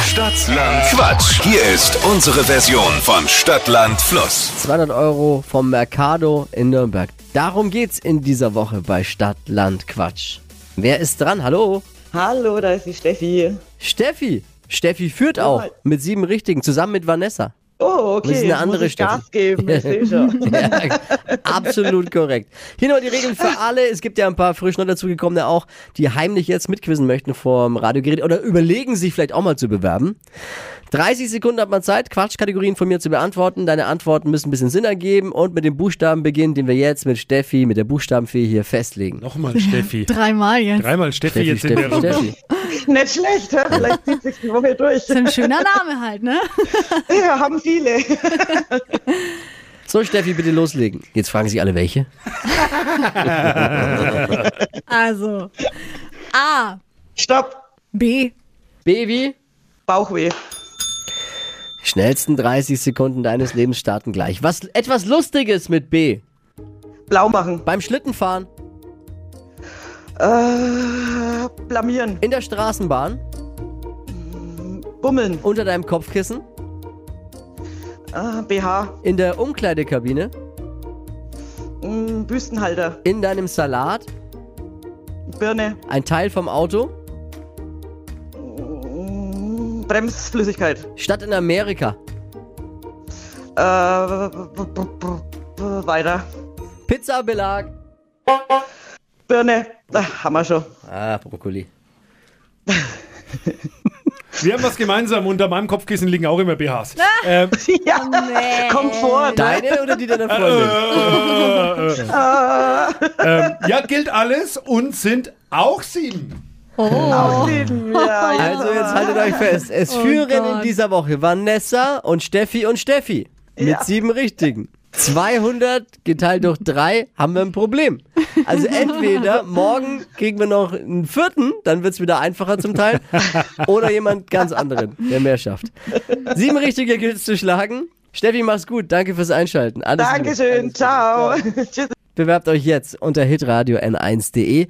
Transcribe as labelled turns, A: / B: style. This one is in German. A: Stadtland Quatsch. Hier ist unsere Version von Stadtland Fluss.
B: 200 Euro vom Mercado in Nürnberg. Darum geht's in dieser Woche bei Stadt, Land, Quatsch. Wer ist dran? Hallo?
C: Hallo, da ist die Steffi.
B: Steffi. Steffi führt auch mit sieben Richtigen, zusammen mit Vanessa.
C: Oh, okay.
B: Das ist eine
C: jetzt
B: andere
C: muss ich
B: Steffi.
C: Gas geben, ich sehe schon.
B: Ja, absolut korrekt. Hier noch die Regeln für alle. Es gibt ja ein paar frisch neu dazugekommene auch, die heimlich jetzt mitquizzen möchten vom Radiogerät oder überlegen, sich vielleicht auch mal zu bewerben. 30 Sekunden hat man Zeit, Quatschkategorien von mir zu beantworten. Deine Antworten müssen ein bisschen Sinn ergeben und mit dem Buchstaben beginnen, den wir jetzt mit Steffi, mit der Buchstabenfee hier festlegen.
D: Nochmal Steffi.
E: Dreimal jetzt.
D: Dreimal Steffi,
B: Steffi,
D: jetzt in
B: Steffi,
D: der Runde.
B: Steffi.
C: Nicht schlecht, hä? vielleicht zieht sich die Woche durch.
E: Das ist ein schöner Name halt, ne?
C: Ja, haben viele.
B: So, Steffi, bitte loslegen. Jetzt fragen sich alle welche.
E: Also. A.
C: Stopp,
E: B.
B: Baby,
C: Bauchweh.
B: schnellsten 30 Sekunden deines Lebens starten gleich. Was etwas Lustiges mit B.
C: Blau machen.
B: Beim Schlittenfahren,
C: Äh, blamieren.
B: in der Straßenbahn,
C: Bummeln.
B: unter deinem Kopfkissen,
C: Äh, BH.
B: in der Umkleidekabine,
C: Mm, Büstenhalter.
B: in deinem Salat,
C: Birne.
B: ein Teil vom Auto,
C: Mm, Bremsflüssigkeit.
B: Stadt in Amerika,
C: Äh, b- b- b- b- weiter.
B: Pizzabelag.
C: Birne. Ach, haben wir schon.
B: Ah, Brokkoli.
D: Wir haben was gemeinsam. Unter meinem Kopfkissen liegen auch immer BHs. Ähm,
C: Ja,
E: Nee.
C: Komfort. Ne?
B: Deine oder die deiner Freundin?
D: ähm, ja, gilt alles und sind auch sieben.
C: Genau, Aussehen, ja, ja.
B: Also jetzt haltet euch fest. Es
E: Oh
B: führen in
E: Gott.
B: dieser Woche Vanessa und Steffi und Steffi. Mit
C: Ja.
B: sieben richtigen. 200 geteilt durch drei haben wir ein Problem. Also entweder morgen kriegen wir noch einen vierten, dann wird es wieder einfacher zum Teil, oder jemand ganz anderen, der mehr schafft. Sieben richtige gilt es zu schlagen. Steffi, mach's gut. Danke fürs Einschalten. Alles Gute.
C: Dankeschön. Ciao. Tschüss.
B: Bewerbt euch jetzt unter hitradio n1.de.